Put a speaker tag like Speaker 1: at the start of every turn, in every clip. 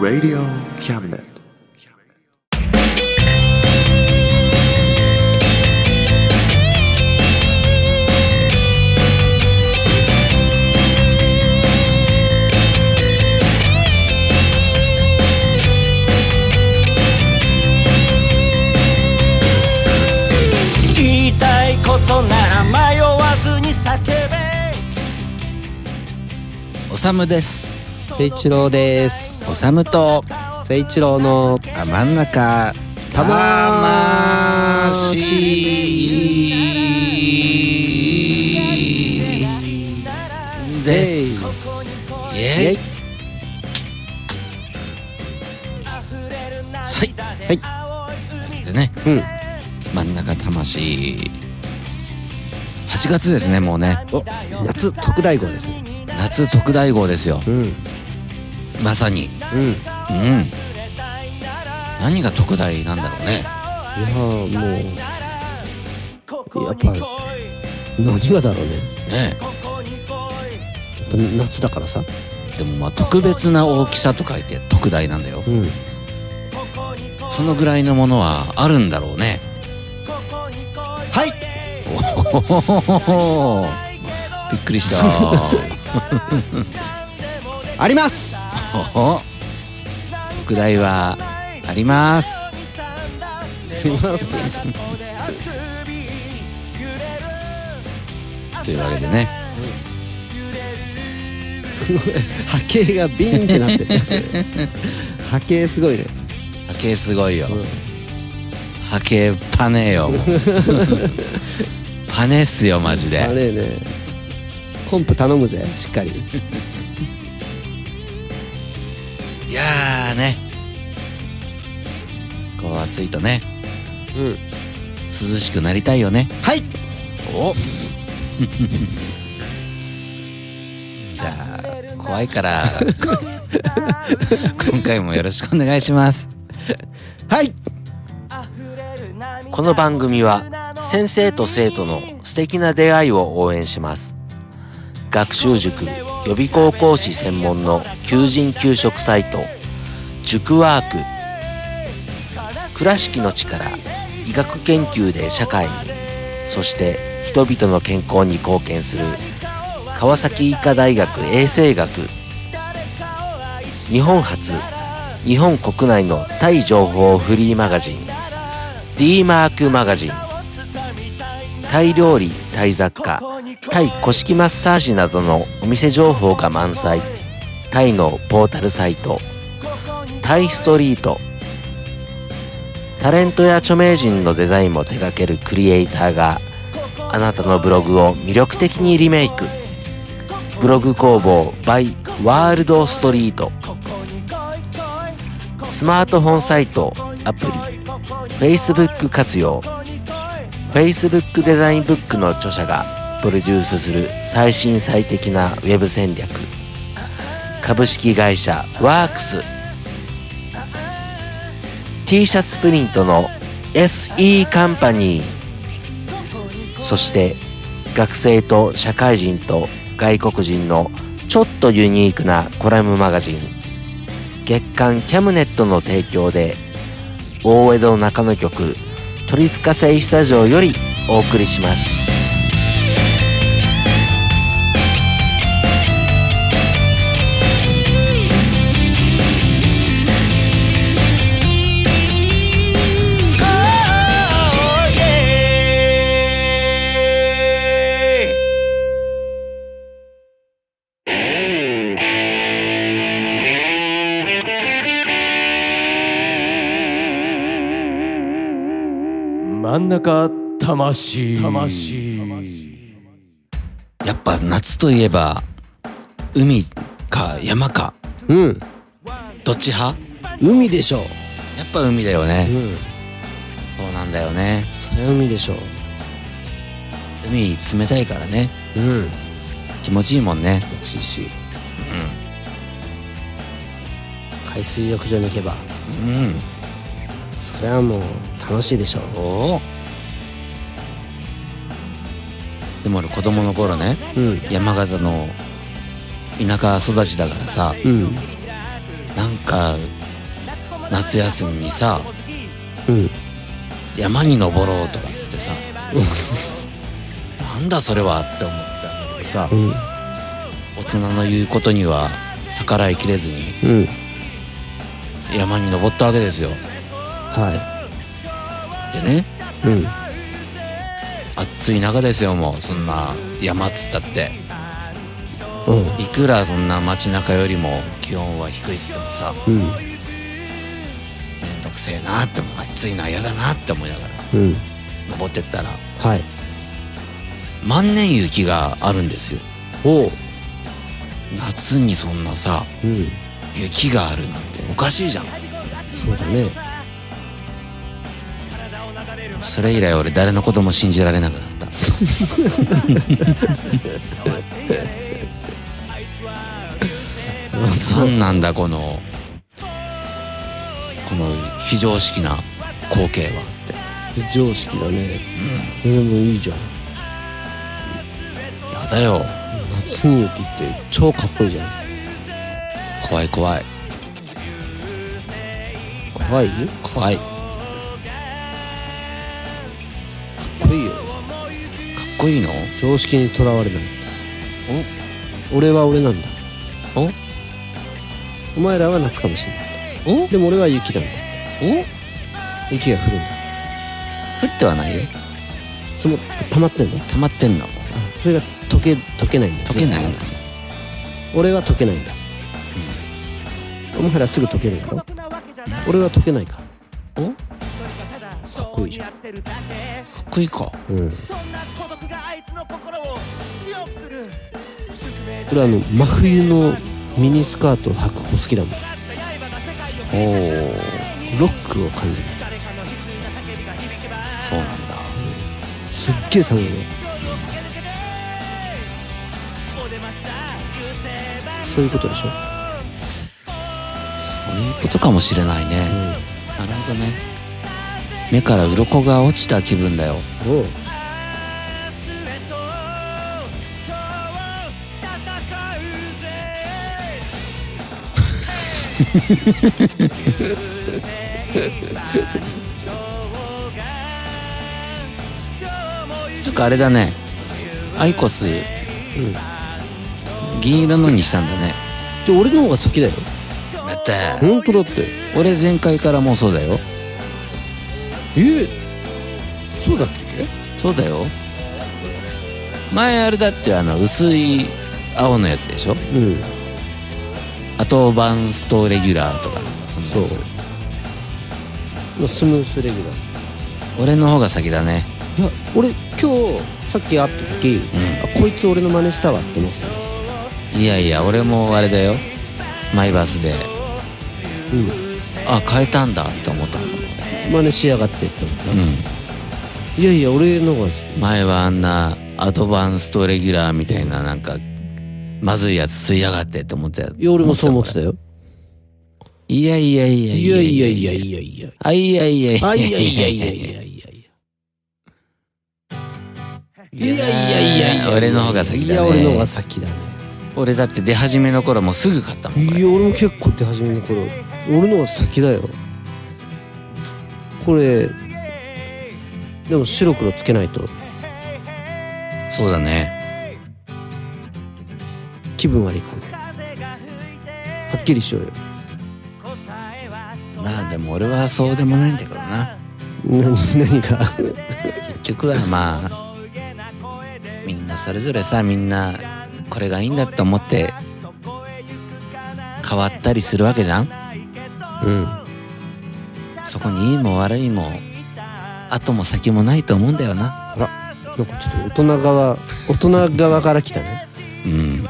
Speaker 1: Radio Cabinet.
Speaker 2: 言いたいことなら迷わずに叫べ
Speaker 3: おさむです
Speaker 4: 誠一郎です
Speaker 3: おさむと
Speaker 4: 誠一郎の
Speaker 3: あ真ん中
Speaker 4: たま
Speaker 3: ーまですイエイはいはいでね
Speaker 4: うん
Speaker 3: 真ん中魂8月ですねもうね
Speaker 4: お夏特大号ですね
Speaker 3: 夏特大号ですよ
Speaker 4: うんうん
Speaker 3: まさに
Speaker 4: いや
Speaker 3: うん何が特大なんだろうね
Speaker 4: ーもうやっぱ何がだろうね
Speaker 3: ね
Speaker 4: やっぱ夏だからさ
Speaker 3: でもまあ特別な大きさと書いて特大なんだよ
Speaker 4: うん
Speaker 3: そのぐらいのものはあるんだろう ね
Speaker 4: はい
Speaker 3: おおびっくりした
Speaker 4: あ ります
Speaker 3: おお特大はあります
Speaker 4: あります
Speaker 3: というわけでね
Speaker 4: その波形がビーンってなってる波形すごいね
Speaker 3: 波形すごいよ、
Speaker 4: ん
Speaker 3: 波形パネ よもうパネっすよマジで
Speaker 4: あれねコンプ頼むぜしっかり
Speaker 3: いやーねこう暑いとね
Speaker 4: うん
Speaker 3: 涼しくなりたいよね
Speaker 4: はい
Speaker 3: おじゃあ怖いから 今回もよろしくお願いします
Speaker 4: はい
Speaker 2: この番組は先生と生徒の素敵な出会いを応援します学習塾予備高校師専門の求人・求職サイト塾ワーク倉敷の地から医学研究で社会にそして人々の健康に貢献する川崎医科大学衛生学日本初日本国内のタイ情報フリーマガジン D マークマガジンタイ料理タイ雑貨タイ古式マッサージなどのお店情報が満載タイのポータルサイトタイストリートタレントや著名人のデザインも手掛けるクリエイターがあなたのブログを魅力的にリメイクブログ工房 by ワールドストリートスマートフォンサイトアプリ Facebook 活用 Facebook デザインブックの著者がプロデュースする最新最適なウェブ戦略株式会社ワークス t シャツプリントの SE カンパニーそして学生と社会人と外国人のちょっとユニークなコラムマガジン月刊キャムネットの提供で大江戸中野局鳥塚製スタジオよりお送りします
Speaker 5: 真ん中魂魂
Speaker 3: やっぱ夏といえば海か山か
Speaker 4: うん
Speaker 3: どっち派
Speaker 4: 海でしょ
Speaker 3: やっぱ海だよ
Speaker 4: う
Speaker 3: ね、
Speaker 4: ん
Speaker 3: そうなんだよね
Speaker 4: それは海でしょ
Speaker 3: 海冷たいからね
Speaker 4: うん
Speaker 3: 気持ちいいもんね
Speaker 4: 美味しい
Speaker 3: う
Speaker 4: し海水浴場に行けば
Speaker 3: んうん
Speaker 4: それはもう楽しいでしょう
Speaker 3: おおでも俺子供の頃ね
Speaker 4: うん
Speaker 3: 山形の
Speaker 2: 田舎育ちだからさ
Speaker 4: うん
Speaker 2: なんか夏休みにさ
Speaker 4: うん
Speaker 2: 山に登ろうとかっつってさなんだそれはって思ったんだけどさ
Speaker 4: うん
Speaker 2: 大人の言うことには逆らいきれずに
Speaker 4: うん
Speaker 2: 山に登ったわけですよ
Speaker 4: は
Speaker 2: でね
Speaker 4: いうん
Speaker 2: 暑い中ですよもうそんな山っつったって
Speaker 4: うん
Speaker 2: いくらそんな街中よりも気温は低いっつってもさ
Speaker 4: うん
Speaker 2: めんどくせえなってもう暑いな嫌だなって思いながら
Speaker 4: うん
Speaker 2: 登ってったら
Speaker 4: はい
Speaker 2: 万年雪があるんですよ
Speaker 4: おう
Speaker 2: 夏にそんなさ
Speaker 4: うん
Speaker 2: 雪があるなんておかしいじゃん
Speaker 4: そうだね
Speaker 2: それ以来俺誰のことも信じられなくなっ た何なんだこのこの非常識な光景はって
Speaker 4: 非常識だねうんでもいいじゃん
Speaker 2: やだよ
Speaker 4: 夏に雪って超かっこいいじゃん
Speaker 2: 怖い怖い
Speaker 4: 怖いか
Speaker 2: 怖いか
Speaker 4: っこいいよ
Speaker 2: っこいいの
Speaker 4: 常識にとらわれない俺は俺なんだ
Speaker 2: お
Speaker 4: お前らは夏かもしれない
Speaker 2: おお
Speaker 4: でも俺は雪なんだ
Speaker 2: お
Speaker 4: 雪が降るんだ
Speaker 2: 降ってはないよ
Speaker 4: その溜まってんの
Speaker 2: 溜まってんの
Speaker 4: それが溶け溶けないんだ
Speaker 2: 溶けない
Speaker 4: 全然俺は溶けないんだ、お前らすぐ溶けるだろ俺は溶けないから
Speaker 2: おか
Speaker 4: かっこいいじゃん
Speaker 2: っこいいか
Speaker 4: うん俺はあの真冬のミニスカートを履く子好きだもん
Speaker 2: おお
Speaker 4: ロックを感じる
Speaker 2: そうなんだ
Speaker 4: すっげえ寒いねそういうことでしょ、
Speaker 2: そういうことかもしれないね、
Speaker 4: うん
Speaker 2: なるほどね 目から鱗が落ちた気分だよ
Speaker 4: おう
Speaker 2: つうかあれだねアイコス
Speaker 4: うん
Speaker 2: 銀色のにしたんだね
Speaker 4: じゃあ俺の方が先だよ
Speaker 2: だって
Speaker 4: 本当だって
Speaker 2: 俺前回からもうそうだよ
Speaker 4: えそうだっけ
Speaker 2: そうだよ前あれだってあの薄い青のやつでしょ
Speaker 4: うん
Speaker 2: あとバンストレギュラーとかなんかそんなやつ
Speaker 4: そうまあスムースレギュラー
Speaker 2: 俺の方が先だね
Speaker 4: いや俺今日さっき会った時、
Speaker 2: ん
Speaker 4: あこいつ俺の真似したわって思ってた
Speaker 2: いやいや俺もあれだよマイバスで
Speaker 4: うん
Speaker 2: あ変えたんだって思ったの
Speaker 4: 真似しやがってって思った、
Speaker 2: う
Speaker 4: い
Speaker 2: ん
Speaker 4: やいや俺の方が
Speaker 2: 前はあんなアドバンストレギュラーみたいななんかまずいやつ吸いやがってって思ってた
Speaker 4: いや俺もそう思ってたよ
Speaker 2: いやいやいや
Speaker 4: いやいやいやいやいや
Speaker 2: あいやいやい
Speaker 4: あ
Speaker 2: や
Speaker 4: いやいやいやいやいやいやいやいやいやいや
Speaker 2: 俺の方が先だね
Speaker 4: いや俺の方が先だね
Speaker 2: 俺だって出始めの頃もうすぐ買ったもんこ
Speaker 4: い
Speaker 2: れ
Speaker 4: や俺も結構出始めの頃俺の方が先だよこれでも白黒つけないと
Speaker 2: そうだね
Speaker 4: 気分悪いかなはっきりしようよ
Speaker 2: まあでも俺はそうでもないんだけどな
Speaker 4: 何何が
Speaker 2: 結局はまあみんなそれぞれさみんなこれがいいんだと思って変わったりするわけじゃん
Speaker 4: うん
Speaker 2: そこにいいも悪いも後も先もないと思うんだよな
Speaker 4: あらなんかちょっと大人側大人側から来たね
Speaker 2: うん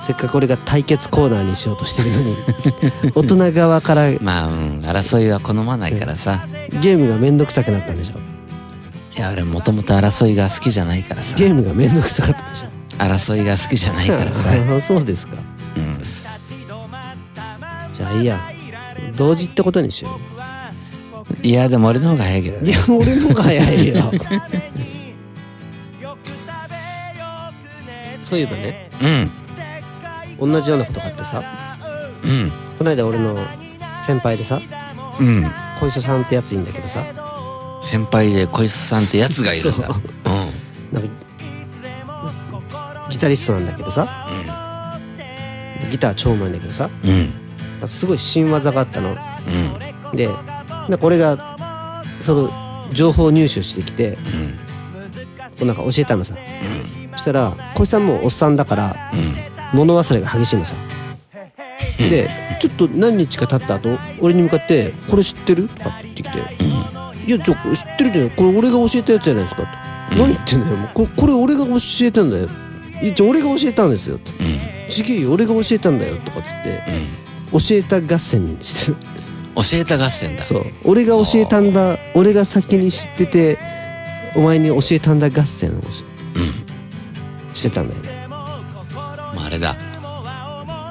Speaker 4: せっかく俺が対決コーナーにしようとしてるのに大人側からゲ
Speaker 2: まあ、うん、争いは好まないからさ
Speaker 4: ームがめんどくさくなったんでしょ
Speaker 2: いや俺もともと争いが好きじゃないからさ
Speaker 4: ゲームがめんどくさかったんでしょ
Speaker 2: 争いが好きじゃないからさ、
Speaker 4: あ そうですか
Speaker 2: うん、
Speaker 4: じゃあいいや同時ってことにしよ
Speaker 2: いやでも俺の方が早いけど
Speaker 4: うい
Speaker 2: ね
Speaker 4: や俺の方が早いよそういえばね
Speaker 2: うん
Speaker 4: 同じようなことがあってさ
Speaker 2: う
Speaker 4: この間俺の先輩でさ
Speaker 2: んうん
Speaker 4: 小磯さんってやついんだけどさ
Speaker 2: 先輩で小磯さんってやつがいるんだ
Speaker 4: そう
Speaker 2: う
Speaker 4: なんかギタリストなんだけどさギター超うまいんだけどさ
Speaker 2: んうんうん
Speaker 4: すごい新技があったの
Speaker 2: うん
Speaker 4: でなんか俺がその情報を入手してきてこ
Speaker 2: うん
Speaker 4: うなんか教えたのさそしたら小石さんもおっさんだから
Speaker 2: うん
Speaker 4: 物忘れが激しいのさでちょっと何日か経った後俺に向かって「これ知ってる?」とかって言ってきて「いやちょ知ってるじゃないこれ俺が教えたやつじゃないですか」と「何言ってんだよもうこれこれ俺が教えたんだよ」いや「じゃあ俺が教えたんですよ」と
Speaker 2: うん
Speaker 4: 「ちげえよ俺が教えたんだよ」とかっつって教えた合戦にしてる
Speaker 2: 教えた合戦だ
Speaker 4: そう俺が教えたんだ俺が先に知っててお前に教えたんだ合戦をし,、してたんだよね
Speaker 2: もうあれだ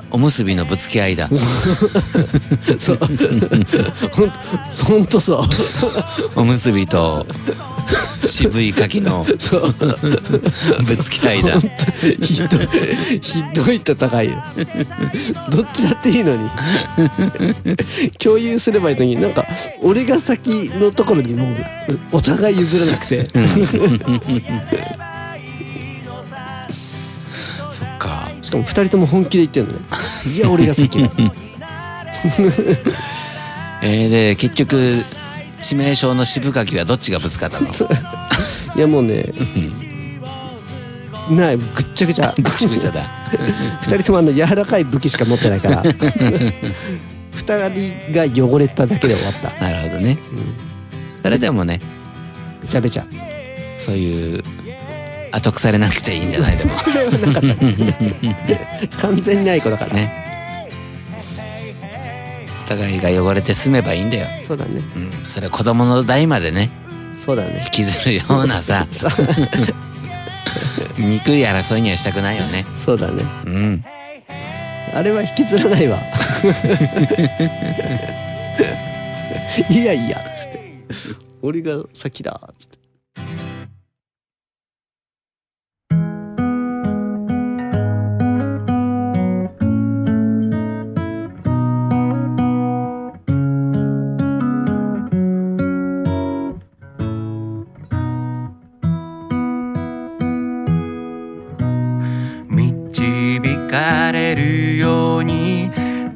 Speaker 2: おむすびのぶつけ合いだ
Speaker 4: そうほんとほんとそう
Speaker 2: おむすびと渋い牡蠣の
Speaker 4: そう
Speaker 2: ぶつけ合いだ
Speaker 4: ほんとひどいひどい戦いよどっちだっていいのに共有すればいいのになんか俺が先のところにもうお互い譲れなくて
Speaker 2: そっか
Speaker 4: しかも2人とも本気で言ってんのねいや俺が 先だ
Speaker 2: えー、で結局致命傷の渋柿はどっちがぶつかったの
Speaker 4: いやもうねないぐっちゃぐち ゃ
Speaker 2: ぐちゃぐちゃだ
Speaker 4: 二人ともあの柔らかい武器しか持ってないから二人が汚れただけで終わった
Speaker 2: なるほどね、それでもね
Speaker 4: べちゃべちゃ
Speaker 2: そういう後腐れなくていいんじゃないでも
Speaker 4: それはなかった 完全にない子だから、
Speaker 2: ねお互いが汚れて済めばいいんだよ、
Speaker 4: そうだね
Speaker 2: うん、それ子供の代までね
Speaker 4: そうだね
Speaker 2: 引きずるようなさ 醜い争いにはしたくないよね
Speaker 4: そうだね
Speaker 2: うん
Speaker 4: あれは引きずら ないわいやいやっつって俺が先だっつって
Speaker 3: 導かれるように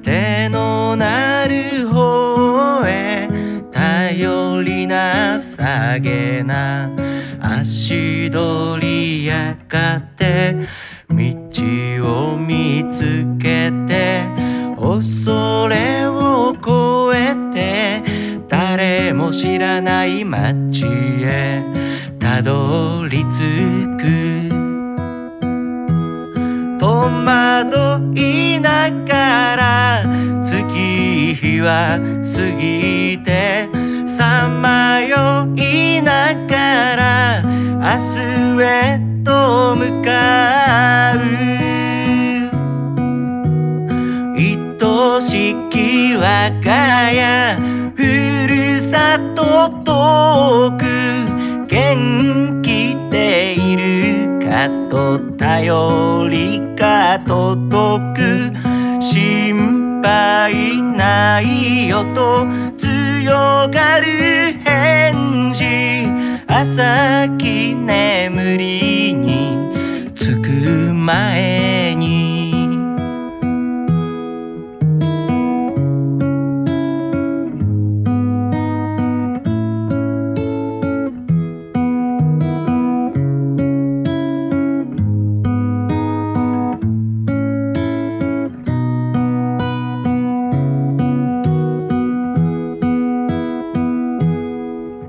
Speaker 3: 手のなる方へ頼りなさげな足取りやがて道を見つけて恐れを越えて誰も知らない街へたどり着く戸惑いながら月日は過ぎてさまよいながら明日へと向かう愛しき我が家ふるさと遠く元気でいるかと頼りが届く心配ないよと強がる返事朝き眠りにつく前に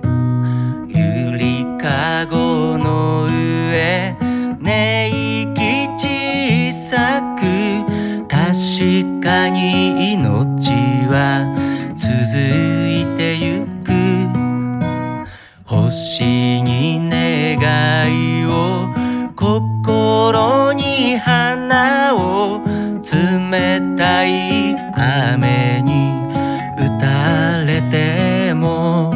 Speaker 3: ゆりかごの上寝息小さく確かに命は続いてゆく星に願いを心に花を冷たい雨に打たれても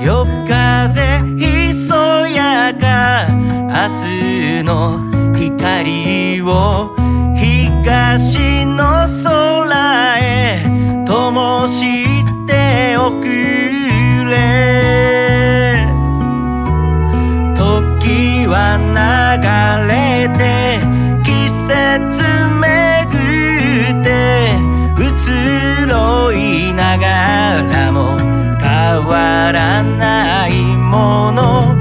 Speaker 3: 夜風ひそやか明日の光を
Speaker 6: を東の空へ灯しておくれ時は流れて季節巡って移ろいながらも変わらないもの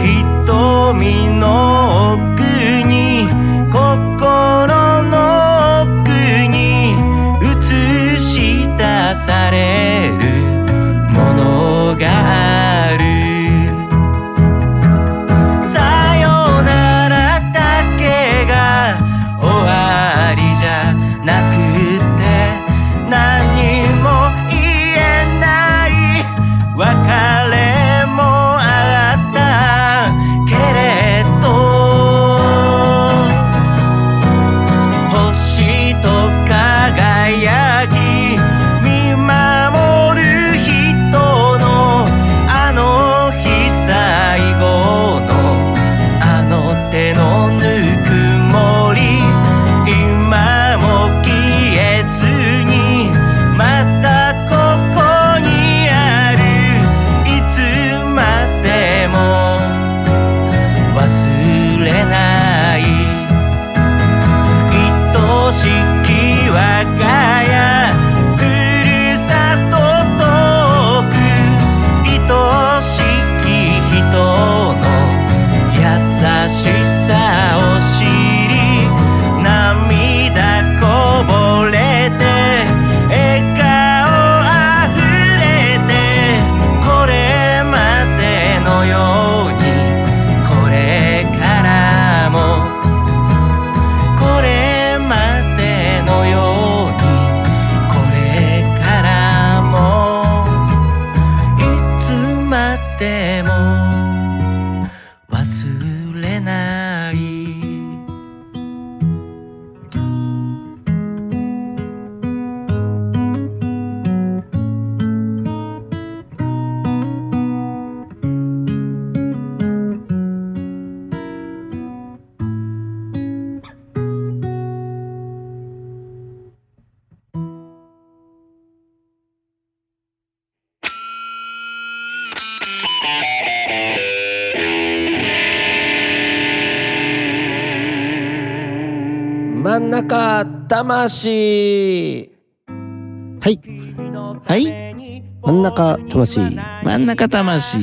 Speaker 6: 瞳の奥に心の奥に映し出されるものがあるさよならだけが終わりじゃなくて何も言えない別れもあったけれど星と輝き見守る人のあの日最後のあの手のぬくもり今も消えずにまたここにあるいつまでも忘れない愛しき我が家ふるさと遠く愛しき人の優しさを知り涙こぼれて笑顔あふれてこれまでのようにこれからもこれまでのようにこれからもいつまでも忘れない
Speaker 5: 真ん中魂
Speaker 4: はいはい真ん中魂
Speaker 2: 真ん中魂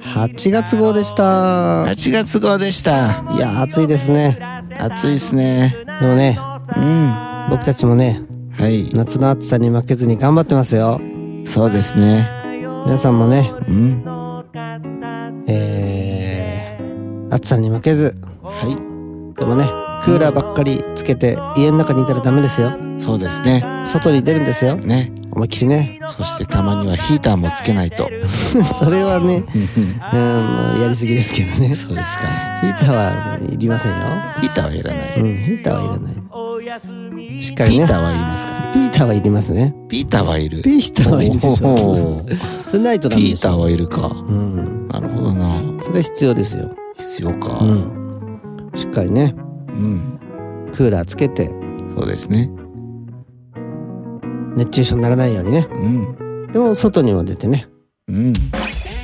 Speaker 4: 8月号でした
Speaker 2: 8月号でした
Speaker 4: いや暑いですね
Speaker 2: 暑いっすね
Speaker 4: でもね
Speaker 2: うん
Speaker 4: 僕たちもね
Speaker 2: はい
Speaker 4: 夏の暑さに負けずに頑張ってますよ
Speaker 2: そうですね
Speaker 4: 皆さんもね
Speaker 2: うん
Speaker 4: えー、暑さに負けず
Speaker 2: は
Speaker 4: でもねクーラーばっかりつけて家の中にいたらダメですよ
Speaker 2: いそうですね
Speaker 4: 外に出るんですよ
Speaker 2: ね
Speaker 4: 思いっきりね
Speaker 2: そしてたまにはヒーターもつけないと
Speaker 4: それはねうんもうやりすぎですけどね
Speaker 2: そうですか
Speaker 4: ヒーターはいりませんよ
Speaker 2: ヒーターはいらない
Speaker 4: うんヒーターはいらないしっかり
Speaker 2: ピ
Speaker 4: ね
Speaker 2: ーターはいりますか
Speaker 4: ピーターはいりますね
Speaker 2: ピーターはいる
Speaker 4: ピーターはいるでしょ
Speaker 2: おー
Speaker 4: それないとダメ
Speaker 2: ピ
Speaker 4: で
Speaker 2: ー
Speaker 4: し
Speaker 2: ター
Speaker 4: ょ
Speaker 2: はいるか
Speaker 4: うん
Speaker 2: なるほどな
Speaker 4: それは必要ですよ
Speaker 2: 必要か
Speaker 4: うんしっかりね
Speaker 2: うん
Speaker 4: クーラーつけて
Speaker 2: そうですね
Speaker 4: 熱中症にならないようにね
Speaker 2: うん
Speaker 4: でも外にも出てね
Speaker 2: うん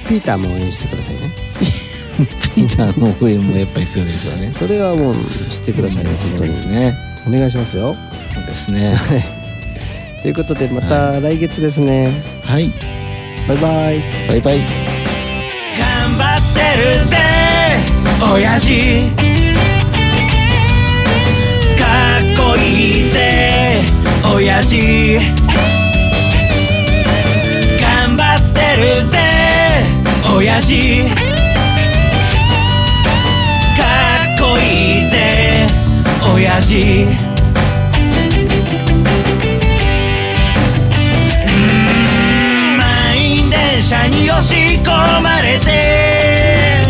Speaker 4: ピーターも応援してくださいね
Speaker 2: ピーターの応援もやっぱり必要ですよね
Speaker 4: それはもうしてくださいね本
Speaker 2: そう
Speaker 4: 当に
Speaker 2: ですね
Speaker 4: お願いしますよ
Speaker 2: そうですね
Speaker 4: ということでまた来月ですね
Speaker 2: はい
Speaker 4: バイバイ
Speaker 2: バイバイ
Speaker 6: 頑張ってるぜ親父かっこいいぜ親父頑張ってるぜ親父かっこいいぜ親父満員電車に押し込まれて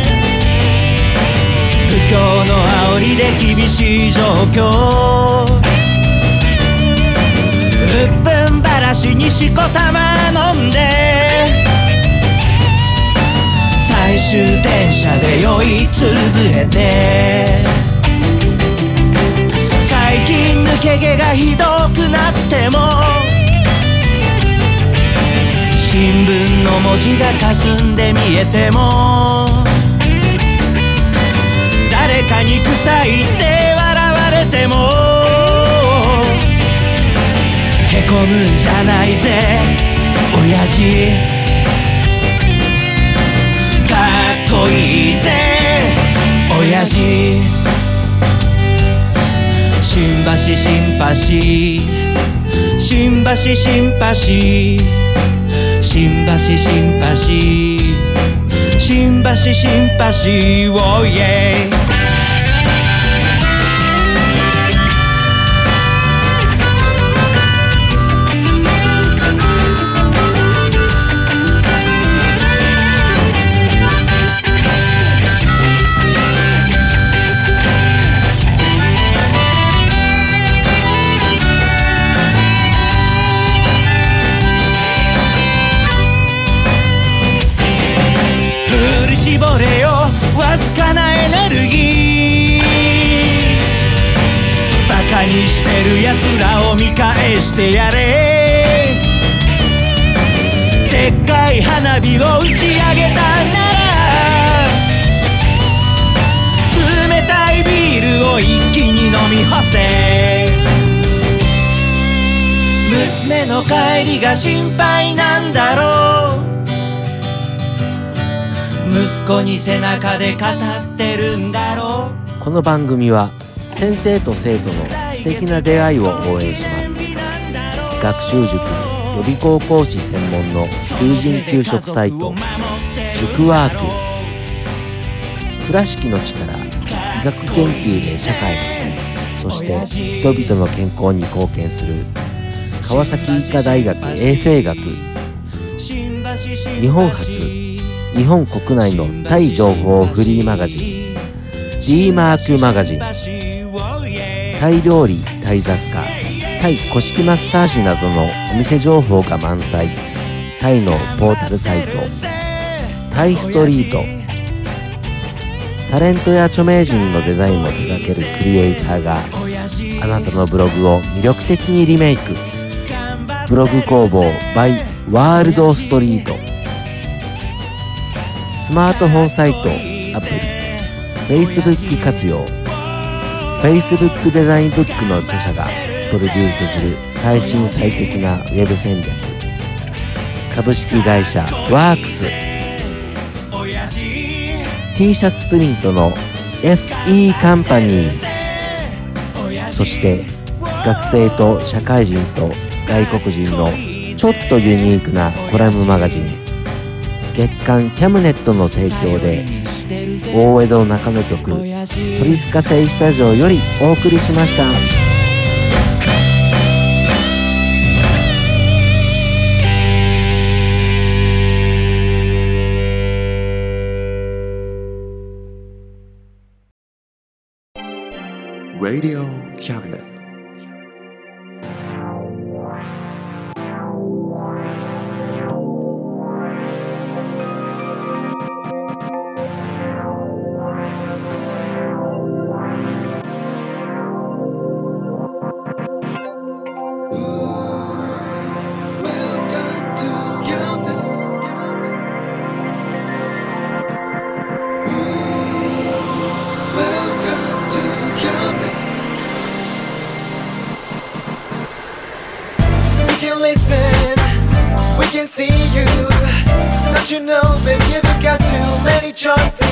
Speaker 6: 不況の煽りで厳しい状況うっぷんばらしにしこたま飲んで最終電車で酔いつぶれて
Speaker 3: 日が霞んで見えても誰かに臭いって笑われてもへこむんじゃないぜ親父かっこいいぜ親父新橋新橋新橋新橋新橋新橋新橋新橋おいえ振り絞れよわずかなエネルギーバカにしてるやつらを見返してやれでっかい花火を打ち上げたなら冷たいビールを一気に飲み干せ娘の帰りが心配なんだろう息子に背中で語ってるんだろう
Speaker 2: この番組は先生と生徒の素敵な出会いを応援します学習塾予備高校師専門の求人求職サイト塾ワーク倉敷の力医学研究で社会そして人々の健康に貢献する川崎医科大学衛生学
Speaker 3: 日
Speaker 2: 本初日本国内のタイ情報フリーマガジン D マークマガジンタイ料理タイ雑貨タイ古式マッサージなどのお店情報が満載タイのポータルサイトタイストリートタレントや著名人のデザインも手掛けるクリエイターがあなたのブログを魅力的にリメイクブログ工房 by ワールドストリートスマートフォンサイトアプリ Facebook 活用 Facebook デザインブックの著者がプロデュースする最新最適なウェブ戦略株式会社ワークス t シャツプリントの SE カンパニーそして学生と社会人と外国人のちょっとユニークなコラムマガジン月刊キャムネットの提供で大江戸中野局鳥塚製スタジオよりお送りしました。
Speaker 1: Radio Cabinet.
Speaker 7: We can listen, we can see you. Don't you know, baby, you've got too many choices.